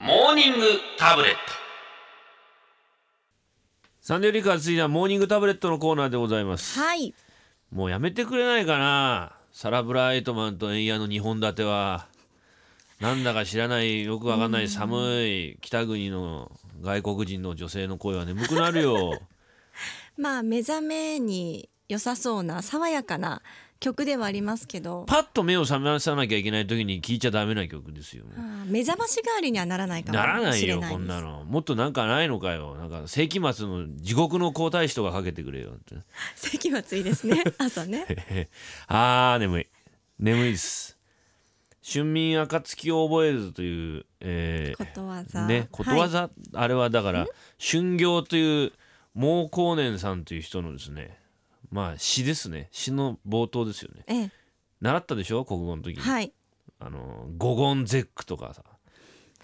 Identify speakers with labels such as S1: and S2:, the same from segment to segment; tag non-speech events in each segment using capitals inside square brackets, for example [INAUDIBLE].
S1: ニングタブレット
S2: サンデーリカーズついたモーニングタブレットのコーナーでございます
S3: はい。
S2: もうやめてくれないかなサラ・ブライトマンとエンヤの2本立てはなんだか知らないよくわかんない寒い北国の外国人の女性の声は眠くなるよ
S3: [LAUGHS] まあ目覚めに良さそうな爽やかな曲ではありますけど、
S2: パッと目を覚まさなきゃいけない時に聴いちゃダメな曲ですよもう
S3: あー目覚まし代わりにはならないかも
S2: ならない
S3: しれ
S2: よ
S3: ないです。
S2: こんなのもっとなんかないのかよなんか世紀末の地獄の皇太子とかかけてくれよって
S3: 席はついで
S2: [LAUGHS]
S3: すね。朝ね。
S2: あー眠い眠いです春眠暁を覚えずという、えー
S3: ことわざ。
S2: ねことわざ、あれはだから春行という毛光年さんという人のですねまあ詩ですね詩の冒頭ですよね
S3: はい、え
S2: 習ったでしょ国語の時
S3: え、
S2: に、
S3: はい。
S2: あの五言絶句とかさ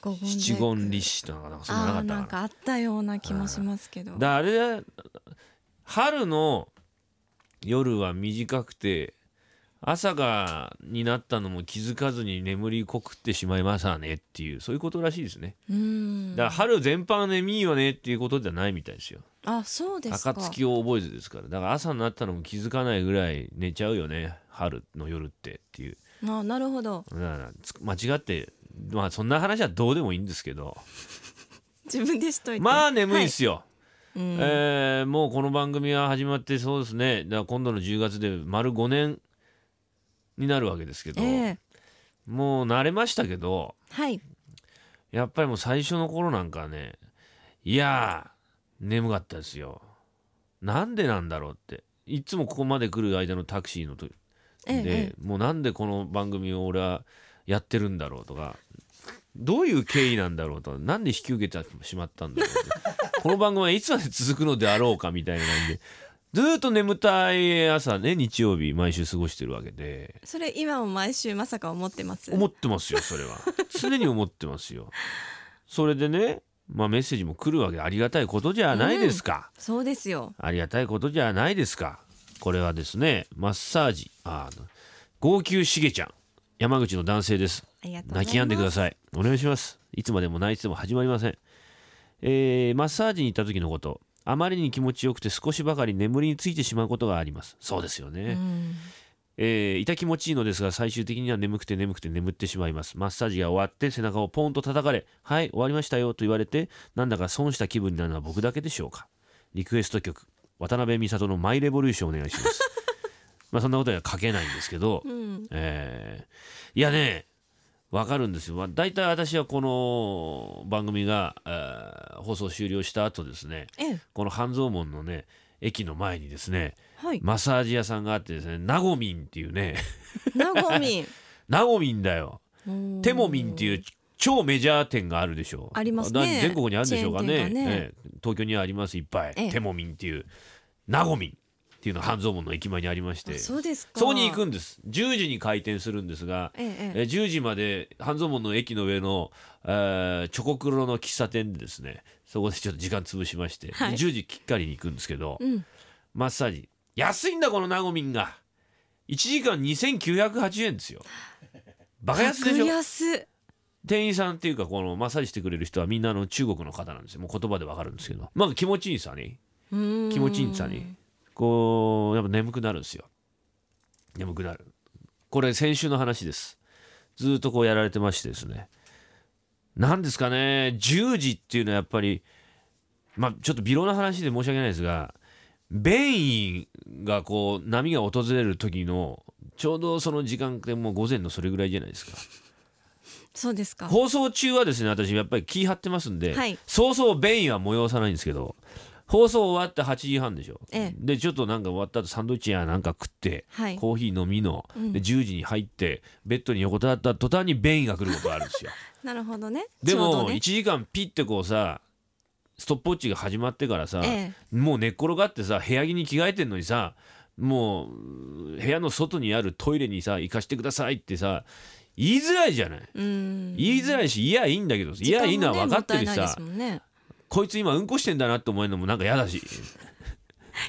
S3: 五言
S2: 七言立志とかなんかそんなのなか
S3: ああー
S2: ったかな
S3: なんかあったような気もしますけど。
S2: だあれだ春の夜は短くて朝がになったのも気づかずに眠りこくってしまいますわねっていうそういうことらしいですね
S3: うー
S2: だ
S3: ん。
S2: から春全般眠いよねっていうことじゃないみたいですよ
S3: あそうですか。
S2: 暁を覚えずですからだから朝になったのも気づかないぐらい寝ちゃうよね春の夜ってっていう
S3: あなるほど。
S2: だからつ間違ってまあそんな話はどうでもいいんですけど
S3: 自分でしといて。
S2: まあ眠いっ
S3: です
S2: よ、
S3: はいうん
S2: えーもうこの番組は始まってそうですねだから今度の10月で丸5年になるわけですけど、
S3: ええ
S2: もう慣れましたけど
S3: はい。
S2: やっぱりもう最初の頃なんかねいやー眠かったですよなんでなんだろうっていつもここまで来る間のタクシーの時
S3: ええ
S2: で、
S3: ええ
S2: もうなんでこの番組を俺はやってるんだろうとかどういう経緯なんだろうとかなんで引き受けてしまったんだろうとこの番組はいつまで続くのであろうかみたいな感じでずーっと眠たい朝ね日曜日毎週過ごしてるわけで
S3: それ今も毎週まさか思ってます。
S2: 思ってますよそれは常に思ってますよそれでねまあメッセージも来るわけありがたいことじゃないですか、
S3: そうですよ。
S2: ありがたいことじゃないですかこれはですねマッサージあー号泣しげちゃん山口の男性です
S3: ありがとうございます。
S2: 泣き止んでくだ
S3: い。
S2: さいお願いしますいつまでも泣いても始まりません、えーマッサージに行った時のことあまりに気持ちよくて少しばかり眠りについてしまうことがありますそうですよね、
S3: うん、
S2: えー、痛気持ちいいのですが最終的には眠くて眠くて眠ってしまいますマッサージが終わって背中をポンと叩かれ「はい終わりましたよ」と言われてなんだか損した気分になるのは僕だけでしょうかリクエスト曲渡辺美里の「マイレボリューション」お願いします
S3: [LAUGHS]
S2: まあそんなことには書けないんですけど、
S3: うん、
S2: えーいやねわかるんですよ、まあ、大体私はこの番組が、えー放送終了した後ですね
S3: ええ、
S2: この半蔵門のね駅の前にですね
S3: はい。
S2: マッサージ屋さんがあってですねナゴミンっていうね [LAUGHS]
S3: なごみん。
S2: ナゴミンだよ
S3: うん
S2: テモミンっていう超メジャー店があるでしょ
S3: ありますね
S2: だ全国にあるんでしょうか
S3: チェ
S2: ね
S3: ーン店がね
S2: ええ東京にはありますいっぱい、
S3: ええ
S2: テモミンっていうナゴミンっていうのが半蔵門の駅前にありまして
S3: あそうですか。
S2: そこに行くんです10時に開店するんですが、
S3: ええええ
S2: え10時まで半蔵門の駅の上の、えーチョコクロの喫茶店でですねそこでちょっと時間潰しまして、
S3: はい
S2: 10時きっかりに行くんですけど、
S3: うん。
S2: マッサージ安いんだこのナゴミンが1時間2980円ですよバカ安でしょ
S3: 格安。
S2: 店員さんっていうかこのマッサージしてくれる人はみんなあの中国の方なんですよもう言葉でわかるんですけどまあ気持ちいいさね
S3: うん
S2: 気持ちいいさねこうやっぱ眠くなるんですよ眠くなるこれ先週の話ですずっとこうやられてましてですね何ですかね10時っていうのはやっぱりまあちょっと微量な話で申し訳ないですが便意がこう波が訪れる時のちょうどその時間ってもう午前のそれぐらいじゃないですか
S3: そうですか。
S2: 放送中はですね私やっぱり気張ってますんで、
S3: はい
S2: そうそう便意は催さないんですけど放送終わって8時半でしょ、
S3: ええ
S2: でちょっとなんか終わった後サンドイッチやなんか食って、
S3: はい
S2: コーヒー飲みの、
S3: うん
S2: で10時に入ってベッドに横たわった途端に便意が来ることがあるんです
S3: [LAUGHS]
S2: よ
S3: なるほどね。
S2: で
S3: ちょう
S2: も
S3: ど
S2: 1
S3: ね
S2: 時間ピッてこうさストップウォッチが始まってからさ、
S3: え
S2: もう寝っ転がってさ部屋着に着替えてんのにさもう部屋の外にあるトイレにさ行かしてくださいってさ言いづらいじゃない
S3: え、うん。
S2: 言いづらいしいやいいんだけどいやいいのは分かってるし
S3: 時間もねもたいないで
S2: さ
S3: すもんね、
S2: こいつ今うんこしてんだなって思えるのもなんか嫌だし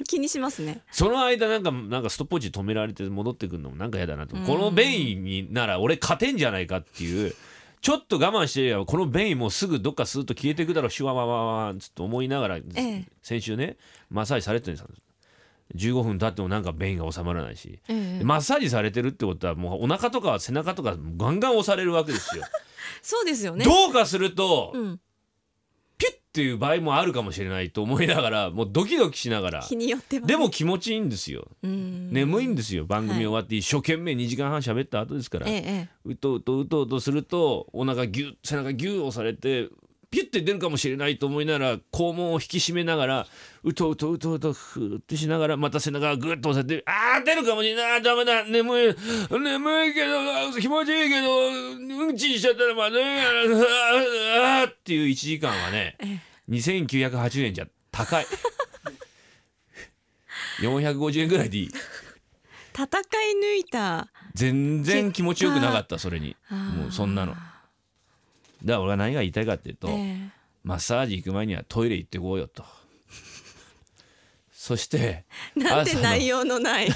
S3: 気にしますね。
S2: その間なんかなんかストップウォッチ止められて戻ってくるのもなんか嫌だなと
S3: うん
S2: この便意になら俺勝てんじゃないかっていうちょっと我慢してりゃこの便意もうすぐどっかスーッと消えていくだろうシュワワワワワンつって思いながら、
S3: え
S2: 先週ねマッサージされてたんです15分経ってもなんか便意が収まらないし、
S3: ええ
S2: マッサージされてるってことはもうお腹とか背中とかガンガン押されるわけですよ。
S3: そうですよね。
S2: どうかすると、
S3: うん、
S2: ピュッっていう場合もあるかもしれないと思いながらもうドキドキしながら
S3: 日によっては、
S2: でも、気持ちいいんですよ
S3: うん、
S2: 眠い
S3: ん
S2: んですよ番組終わって一生懸命2時間半喋った後ですから、
S3: えええ
S2: うとうとうとうとするとお腹ギュッ背中ギュッ押されてピュッて出るかもしれないと思いながら肛門を引き締めながらうとうとうとうとふーってしながらまた背中がグッと押されてあー出るかもしれないあーダメだ眠い眠いけどあー気持ちいいけどうんちしちゃったらまずいあーあーっていう1時間はね
S3: ええ
S2: 2980円じゃ
S3: [LAUGHS]
S2: 高い450円ぐらいでいい
S3: え戦い抜いた。
S2: 全然気持ちよくなかったそれに
S3: あー
S2: もうそんなのだから俺が何が言いたいかっていうと、
S3: ええ
S2: マッサージ行く前にはトイレ行ってこうよとそして
S3: なんて
S2: 朝の
S3: 内容のない。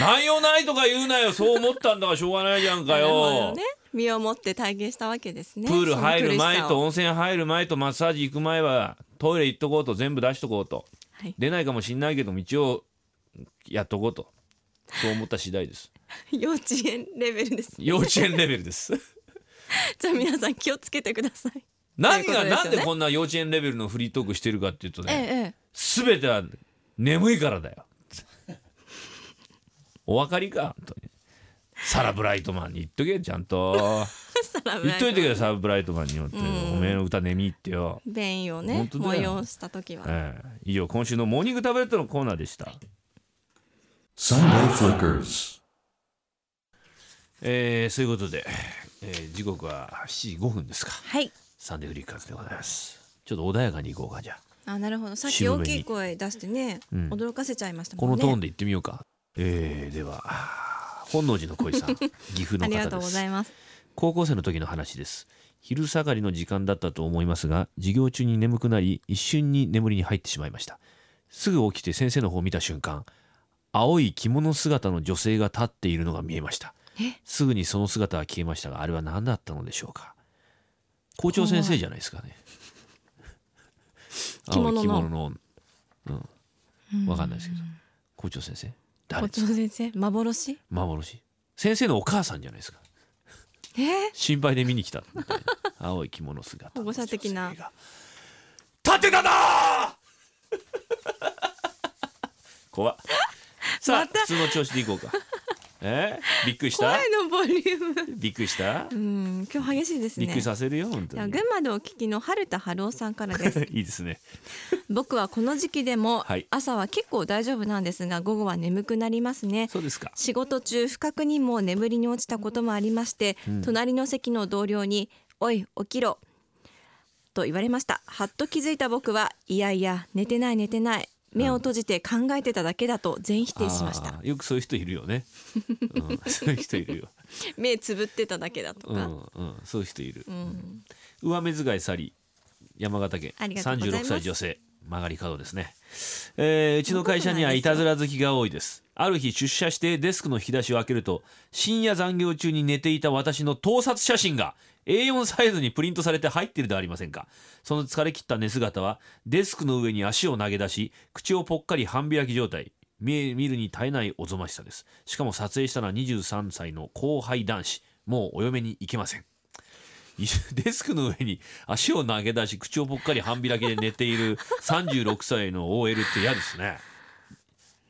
S2: 内容ないとか言うなよそう思ったんだからしょうがないじゃんか
S3: [LAUGHS] なるほど
S2: よ、
S3: ね、身をもって体験したわけですね。
S2: プール入る前
S3: そ
S2: と
S3: の苦し
S2: 温泉入る前とマッサージ行く前はトイレ行っとこうと全部出しとこうと
S3: さを。はい。
S2: 出ないかもしんないけども一応やっとこうとそう思った次第です
S3: 幼稚園レベルです。
S2: 幼稚園レベルです
S3: [LAUGHS] じゃあ皆さん気をつけてください。
S2: 何が、
S3: ということですよね
S2: なんでこんな幼稚園レベルのフリートークしてるかっていうとね、
S3: ええ
S2: すべては眠いからだよ。お分かりか本当に。サラ・ブライトマンに言っとけちゃんと。
S3: さらば
S2: 言っといてくださいサラ・ブライトマンによっておめえの歌眠いってよ。
S3: 便意を
S2: 本
S3: ね
S2: 当だよ
S3: 催した時は。
S2: ええ以上今週のモーニングタブレットのコーナーでした。
S1: Sunday Flickers.
S2: えー、そういうことで、えー時刻は7時5分ですか。
S3: はい。
S2: サンデーフリッカーズでございます。ちょっと穏やかにいこうかじゃあ。
S3: あなるほどさっき
S2: 渋め
S3: 大
S2: に
S3: きい声出してね、
S2: うん
S3: 驚かせちゃいました
S2: こ
S3: も
S2: の
S3: んね
S2: トーンで言ってみようか。えー、では本能寺の恋さ
S3: [LAUGHS]
S2: ん岐阜の方
S3: あり
S2: です。
S3: がとうございます
S2: 高校生の時の話です昼下がりの時間だったと思いますが授業中に眠くなり一瞬に眠りに入ってしまいましたすぐ起きて先生の方を見た瞬間青い着物姿の女性が立っているのが見えました
S3: え
S2: すぐにその姿は消えましたがあれは何だったのでしょうか校長先生じゃないですかね
S3: 怖い
S2: 青 [LAUGHS] い着
S3: 着
S2: 物
S3: 物
S2: のうんわかんないですけど校長先生誰
S3: 校
S2: です
S3: 長先生幻
S2: 幻先生のお母さんじゃないですか
S3: えー、
S2: 心配で見に来たみ
S3: [LAUGHS]
S2: たいな青い着物姿
S3: 保護者的な
S2: 女性が立ってただー
S3: [LAUGHS]
S2: 怖っさあ、
S3: また
S2: 普通の調子でいこう
S3: [LAUGHS]
S2: かえー、びっくりした
S3: 声のボリューム
S2: びっくりした
S3: うん今日激しいです
S2: び
S3: ね
S2: っくりさせるよ本
S3: じ
S2: 当
S3: ゃあ
S2: に
S3: 群馬でお聞きの春田春夫さんからです
S2: [LAUGHS] いいですね
S3: 僕はこの時期でも
S2: はい
S3: 朝は結構大丈夫なんですが午後は眠くなりますね
S2: そうですか
S3: 仕事中不覚にも眠りに落ちたこともありまして、隣の席の同僚に「おい起きろ」と言われましたはっと気づいた僕はいやいや寝てない寝てない目を閉じて考えてただけだと全否定しました、
S2: あーよくそういう人いるよね、うん、そういう人いるよ
S3: 目つぶってただけだと
S2: うん
S3: か、
S2: うんそういう人いる、
S3: うん
S2: 上目遣い去り山形県
S3: ありがとうございます
S2: 36歳女性曲がり角ですね、えーうちの会社には
S3: そん
S2: い
S3: なこと
S2: た
S3: ないですよ
S2: ずら好きが多いですある日出社してデスクの引き出しを開けると深夜残業中に寝ていた私の盗撮写真が A4 サイズにプリントされて入っているではありませんかその疲れ切った寝姿はデスクの上に足を投げ出し口をぽっかり半開き状態見見るに耐えないおぞましさですしかも撮影したのは23歳の後輩男子もうお嫁に行けません [LAUGHS] デスクの上に足を投げ出し口をぽっかり半開きで寝ている36歳の OL って嫌ですね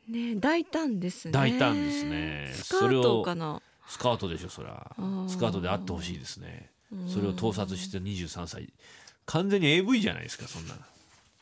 S3: ねえ大胆ですね
S2: 大胆ですね
S3: スカートかな
S2: スカートでしょそりゃ
S3: ー
S2: スカートであってほしいですねそれを盗撮して23歳完全に AV じゃないですかそんなの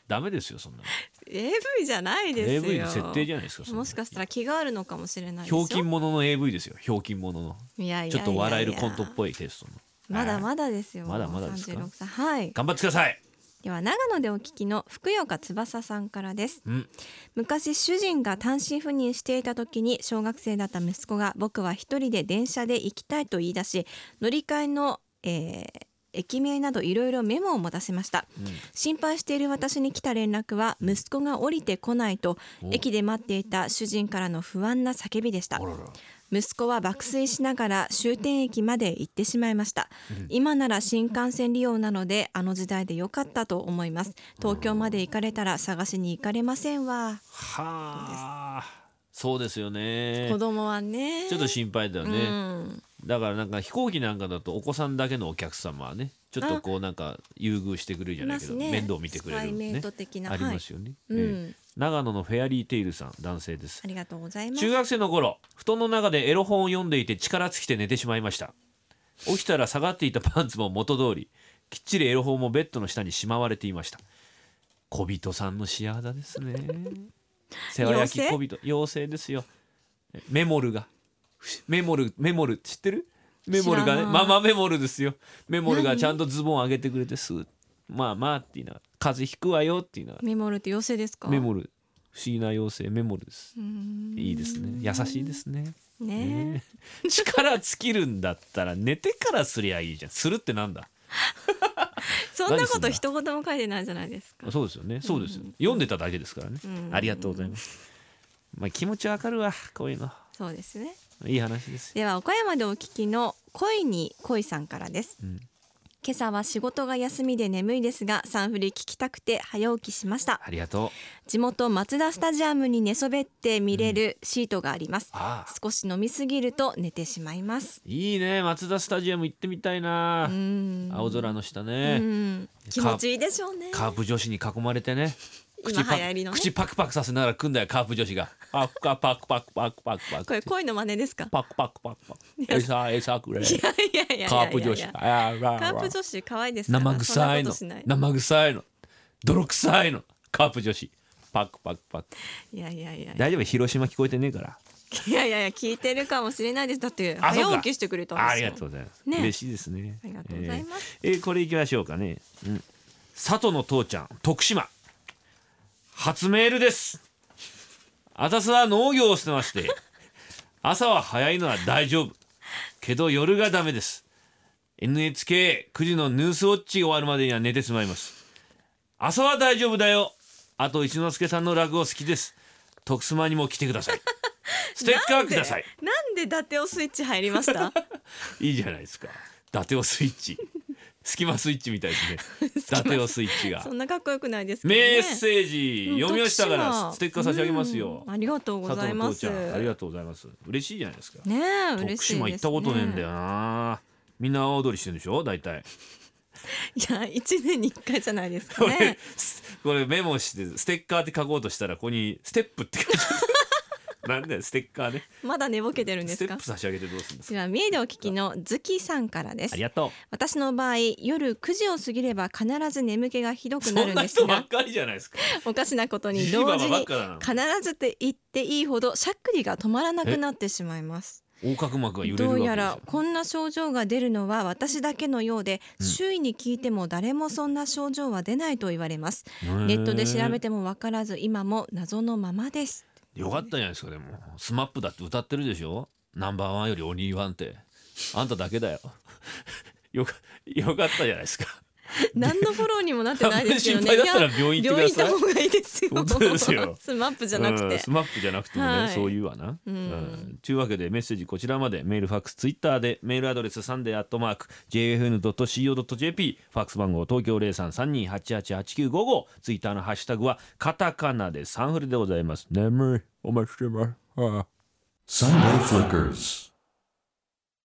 S2: ダメですよそんなの
S3: AV じゃないですよ
S2: AV の設定じゃないですかそんなの
S3: もしかしたら気があるのかもしれないです
S2: ひょ
S3: よ
S2: うきんものの AV ですよひょうきんものの
S3: いやいやいやいや
S2: ちょっと笑えるコントっぽいテイストの
S3: まだ
S2: だ
S3: まだですよ
S2: まだまだですか
S3: 36歳はい
S2: 頑張ってください
S3: では長野でお聞きの福岡翼さんからです
S2: うん
S3: 昔主人が単身赴任していた時に小学生だった息子が僕は一人で電車で行きたいと言い出し乗り換えの、えー駅名などいろいろメモを持たせました、心配している私に来た連絡は息子が降りてこないと
S2: お
S3: 駅で待っていた主人からの不安な叫びでした
S2: あらら
S3: 息子は爆睡しながら終点駅まで行ってしまいました、今なら新幹線利用なのであの時代で良かったと思います東京まで行かれたら探しに行かれませんわ、
S2: はあそうですよね
S3: 子供はね
S2: ちょっと心配だよね、
S3: うん
S2: だからなんか飛行機なんかだとお子さんだけのお客様はねちょっとこうなんか優遇してくれるじゃないけど、
S3: いますね
S2: 面倒見てくれる
S3: スパイメ
S2: ね
S3: イト的な
S2: ありますよね、
S3: はい
S2: ええ
S3: うん
S2: 長野のフェアリーテイルさん男性です
S3: ありがとうございます
S2: 中学生の頃布団の中でエロ本を読んでいて力尽きて寝てしまいました起きたら下がっていたパンツも元通りきっちりエロ本もベッドの下にしまわれていました小人さんの仕業です
S3: [LAUGHS]
S2: ね世話焼き小人妖精ですよメモルがメモルメモル知ってるメモルがね
S3: 知らない
S2: ママメモルですよメモルがちゃんとズボン上げてくれてすーまあまあって言いながら風邪ひくわよって言いながら
S3: メモルって妖精ですか
S2: メモル不思議な妖精メモルです
S3: うん
S2: いいですね優しいですね [LAUGHS]
S3: ね
S2: 力尽きるんだったら寝てからすりゃいいじゃんするってなんだ
S3: そんな
S2: 何す
S3: こ
S2: んだ
S3: と一言も書いてないじゃないですか
S2: そうですよねそうですよ、読んでただけですからね、
S3: うん
S2: ありがとうございますまあ気持ちわかるわこういうの
S3: そうですね
S2: いい話ですよ
S3: では岡山でお聞きの恋に恋さんからです、
S2: ん
S3: 今朝は仕事が休みで眠いですがサンフリ聞きたくて早起きしました
S2: ありがとう
S3: 地元松田スタジアムに寝そべって見れるシートがあります、
S2: ああ
S3: 少し飲みすぎると寝てしまいます
S2: いいね松田スタジアム行ってみたいな
S3: う、ん
S2: 青空の下ね、
S3: うん気持ちいいでしょうね
S2: カープ女子に囲まれてね
S3: 今
S2: パク
S3: 流行りのね
S2: 口パクパクさせながら組んだよカープ女子
S3: [LAUGHS]
S2: がパクパクパクパクパクパクパク
S3: これ恋の真似ですか
S2: パクパクパクパク餌餌くれ
S3: いやいやいやい
S2: [LAUGHS]
S3: や
S2: カープ女子
S3: いやいや
S2: あらら
S3: カープ女子可愛いですから
S2: 生
S3: そん
S2: 臭
S3: ないこ
S2: の
S3: としない
S2: 生臭いの泥臭いのカープ女子パクパクパク
S3: いやいやいやいや
S2: 大丈夫広島聞こえてねえから
S3: いやいやいや聞いてるかもしれないですだって
S2: あそうか
S3: 早起きしてくれたんです
S2: あ
S3: よ
S2: ありがとうございます
S3: ね
S2: 嬉しいですね
S3: ありがとうございます
S2: えーえーこれいきましょうかねうん佐藤の父ちゃん徳島初メールですあたすは農業をしてまして
S3: [LAUGHS]
S2: 朝は早いのは大丈夫けど夜がダメです NHK9 時のニュースウォッチ終わるまでには寝てしまいます朝は大丈夫だよあと一之輔さんの落語好きです徳島にも来てくださ
S3: [LAUGHS]
S2: いステッカーください
S3: なんで伊達をスイッチ入りました
S2: [LAUGHS] いいじゃないですか。伊達をスイッ
S3: [LAUGHS]
S2: チ。スキマスイッチみたいですね。伊達をスイッチが
S3: そ。んなかっこよくないですけどね
S2: メッセージ、
S3: うん
S2: 読みをしたか
S3: 徳
S2: ら
S3: 島
S2: ステッカー差し上げますよ。
S3: うんありがとうご
S2: 佐
S3: ざい
S2: 藤
S3: ま
S2: の父
S3: す
S2: ちゃん、ありがとうございます。嬉しいじゃないですか。
S3: ねえ嬉しいですね
S2: 徳島行ったことねえんだよな。みんな阿波踊りしてるんでしょ大体。
S3: いや一年に一回じゃないですか
S2: [LAUGHS] これ
S3: ね、
S2: これメモして、ステッカーって書こうとしたら、ここにステップって書いてあ
S3: [LAUGHS]
S2: るなんだよ、ステッカーね。
S3: まだ寝ぼけてるんで
S2: ス
S3: す
S2: テッ
S3: か
S2: プ差し上げてどうするんですか
S3: では三重でお聞きのズキさんからです
S2: ありがとう。
S3: 私の場合夜9時を過ぎれば必ず眠気がひどくな
S2: そ
S3: る
S2: ん
S3: ん
S2: な
S3: です
S2: 人ばっ
S3: が
S2: かりじゃないですか。
S3: おかしなことに
S2: ジジイ
S3: 同
S2: ババ
S3: 時
S2: ばっ
S3: に
S2: かだな。
S3: 必ずって言っていいほどしゃっくりが止まらなくなってしまいます
S2: 横隔膜が揺れる
S3: ど
S2: わけ
S3: う
S2: ですよ
S3: やらこんな症状が出るのは私だけのようで、
S2: うん
S3: 周囲に聞いても誰もそんな症状は出ないと言われますネ
S2: ネ
S3: ットで調べても分からず今も謎のままです
S2: よかったじゃないですかでもスマップだって歌ってるでしょナンバーワンより鬼ワンってあんただけだよ [LAUGHS] よかよかったじゃないですか
S3: 何のフォローにもなってないですよ
S2: [LAUGHS]
S3: ね
S2: 心配だったら病院行ってください
S3: や病院行った方がいいですよ
S2: [LAUGHS] 本当ですよ
S3: スマップじゃなく
S2: うん
S3: て
S2: スマップじゃなくてもね、
S3: はい
S2: そういうわな
S3: うん
S2: うんというわけでメッセージこちらまでメールファックスツイッターでメールアドレスサンデーアットマーク JFN.CO.JP ファックス番号東京0332888955ツイッターのハッシュタグはカタカナでサンフルでございます眠いお待ちしてますああ
S1: Sunday Flickers.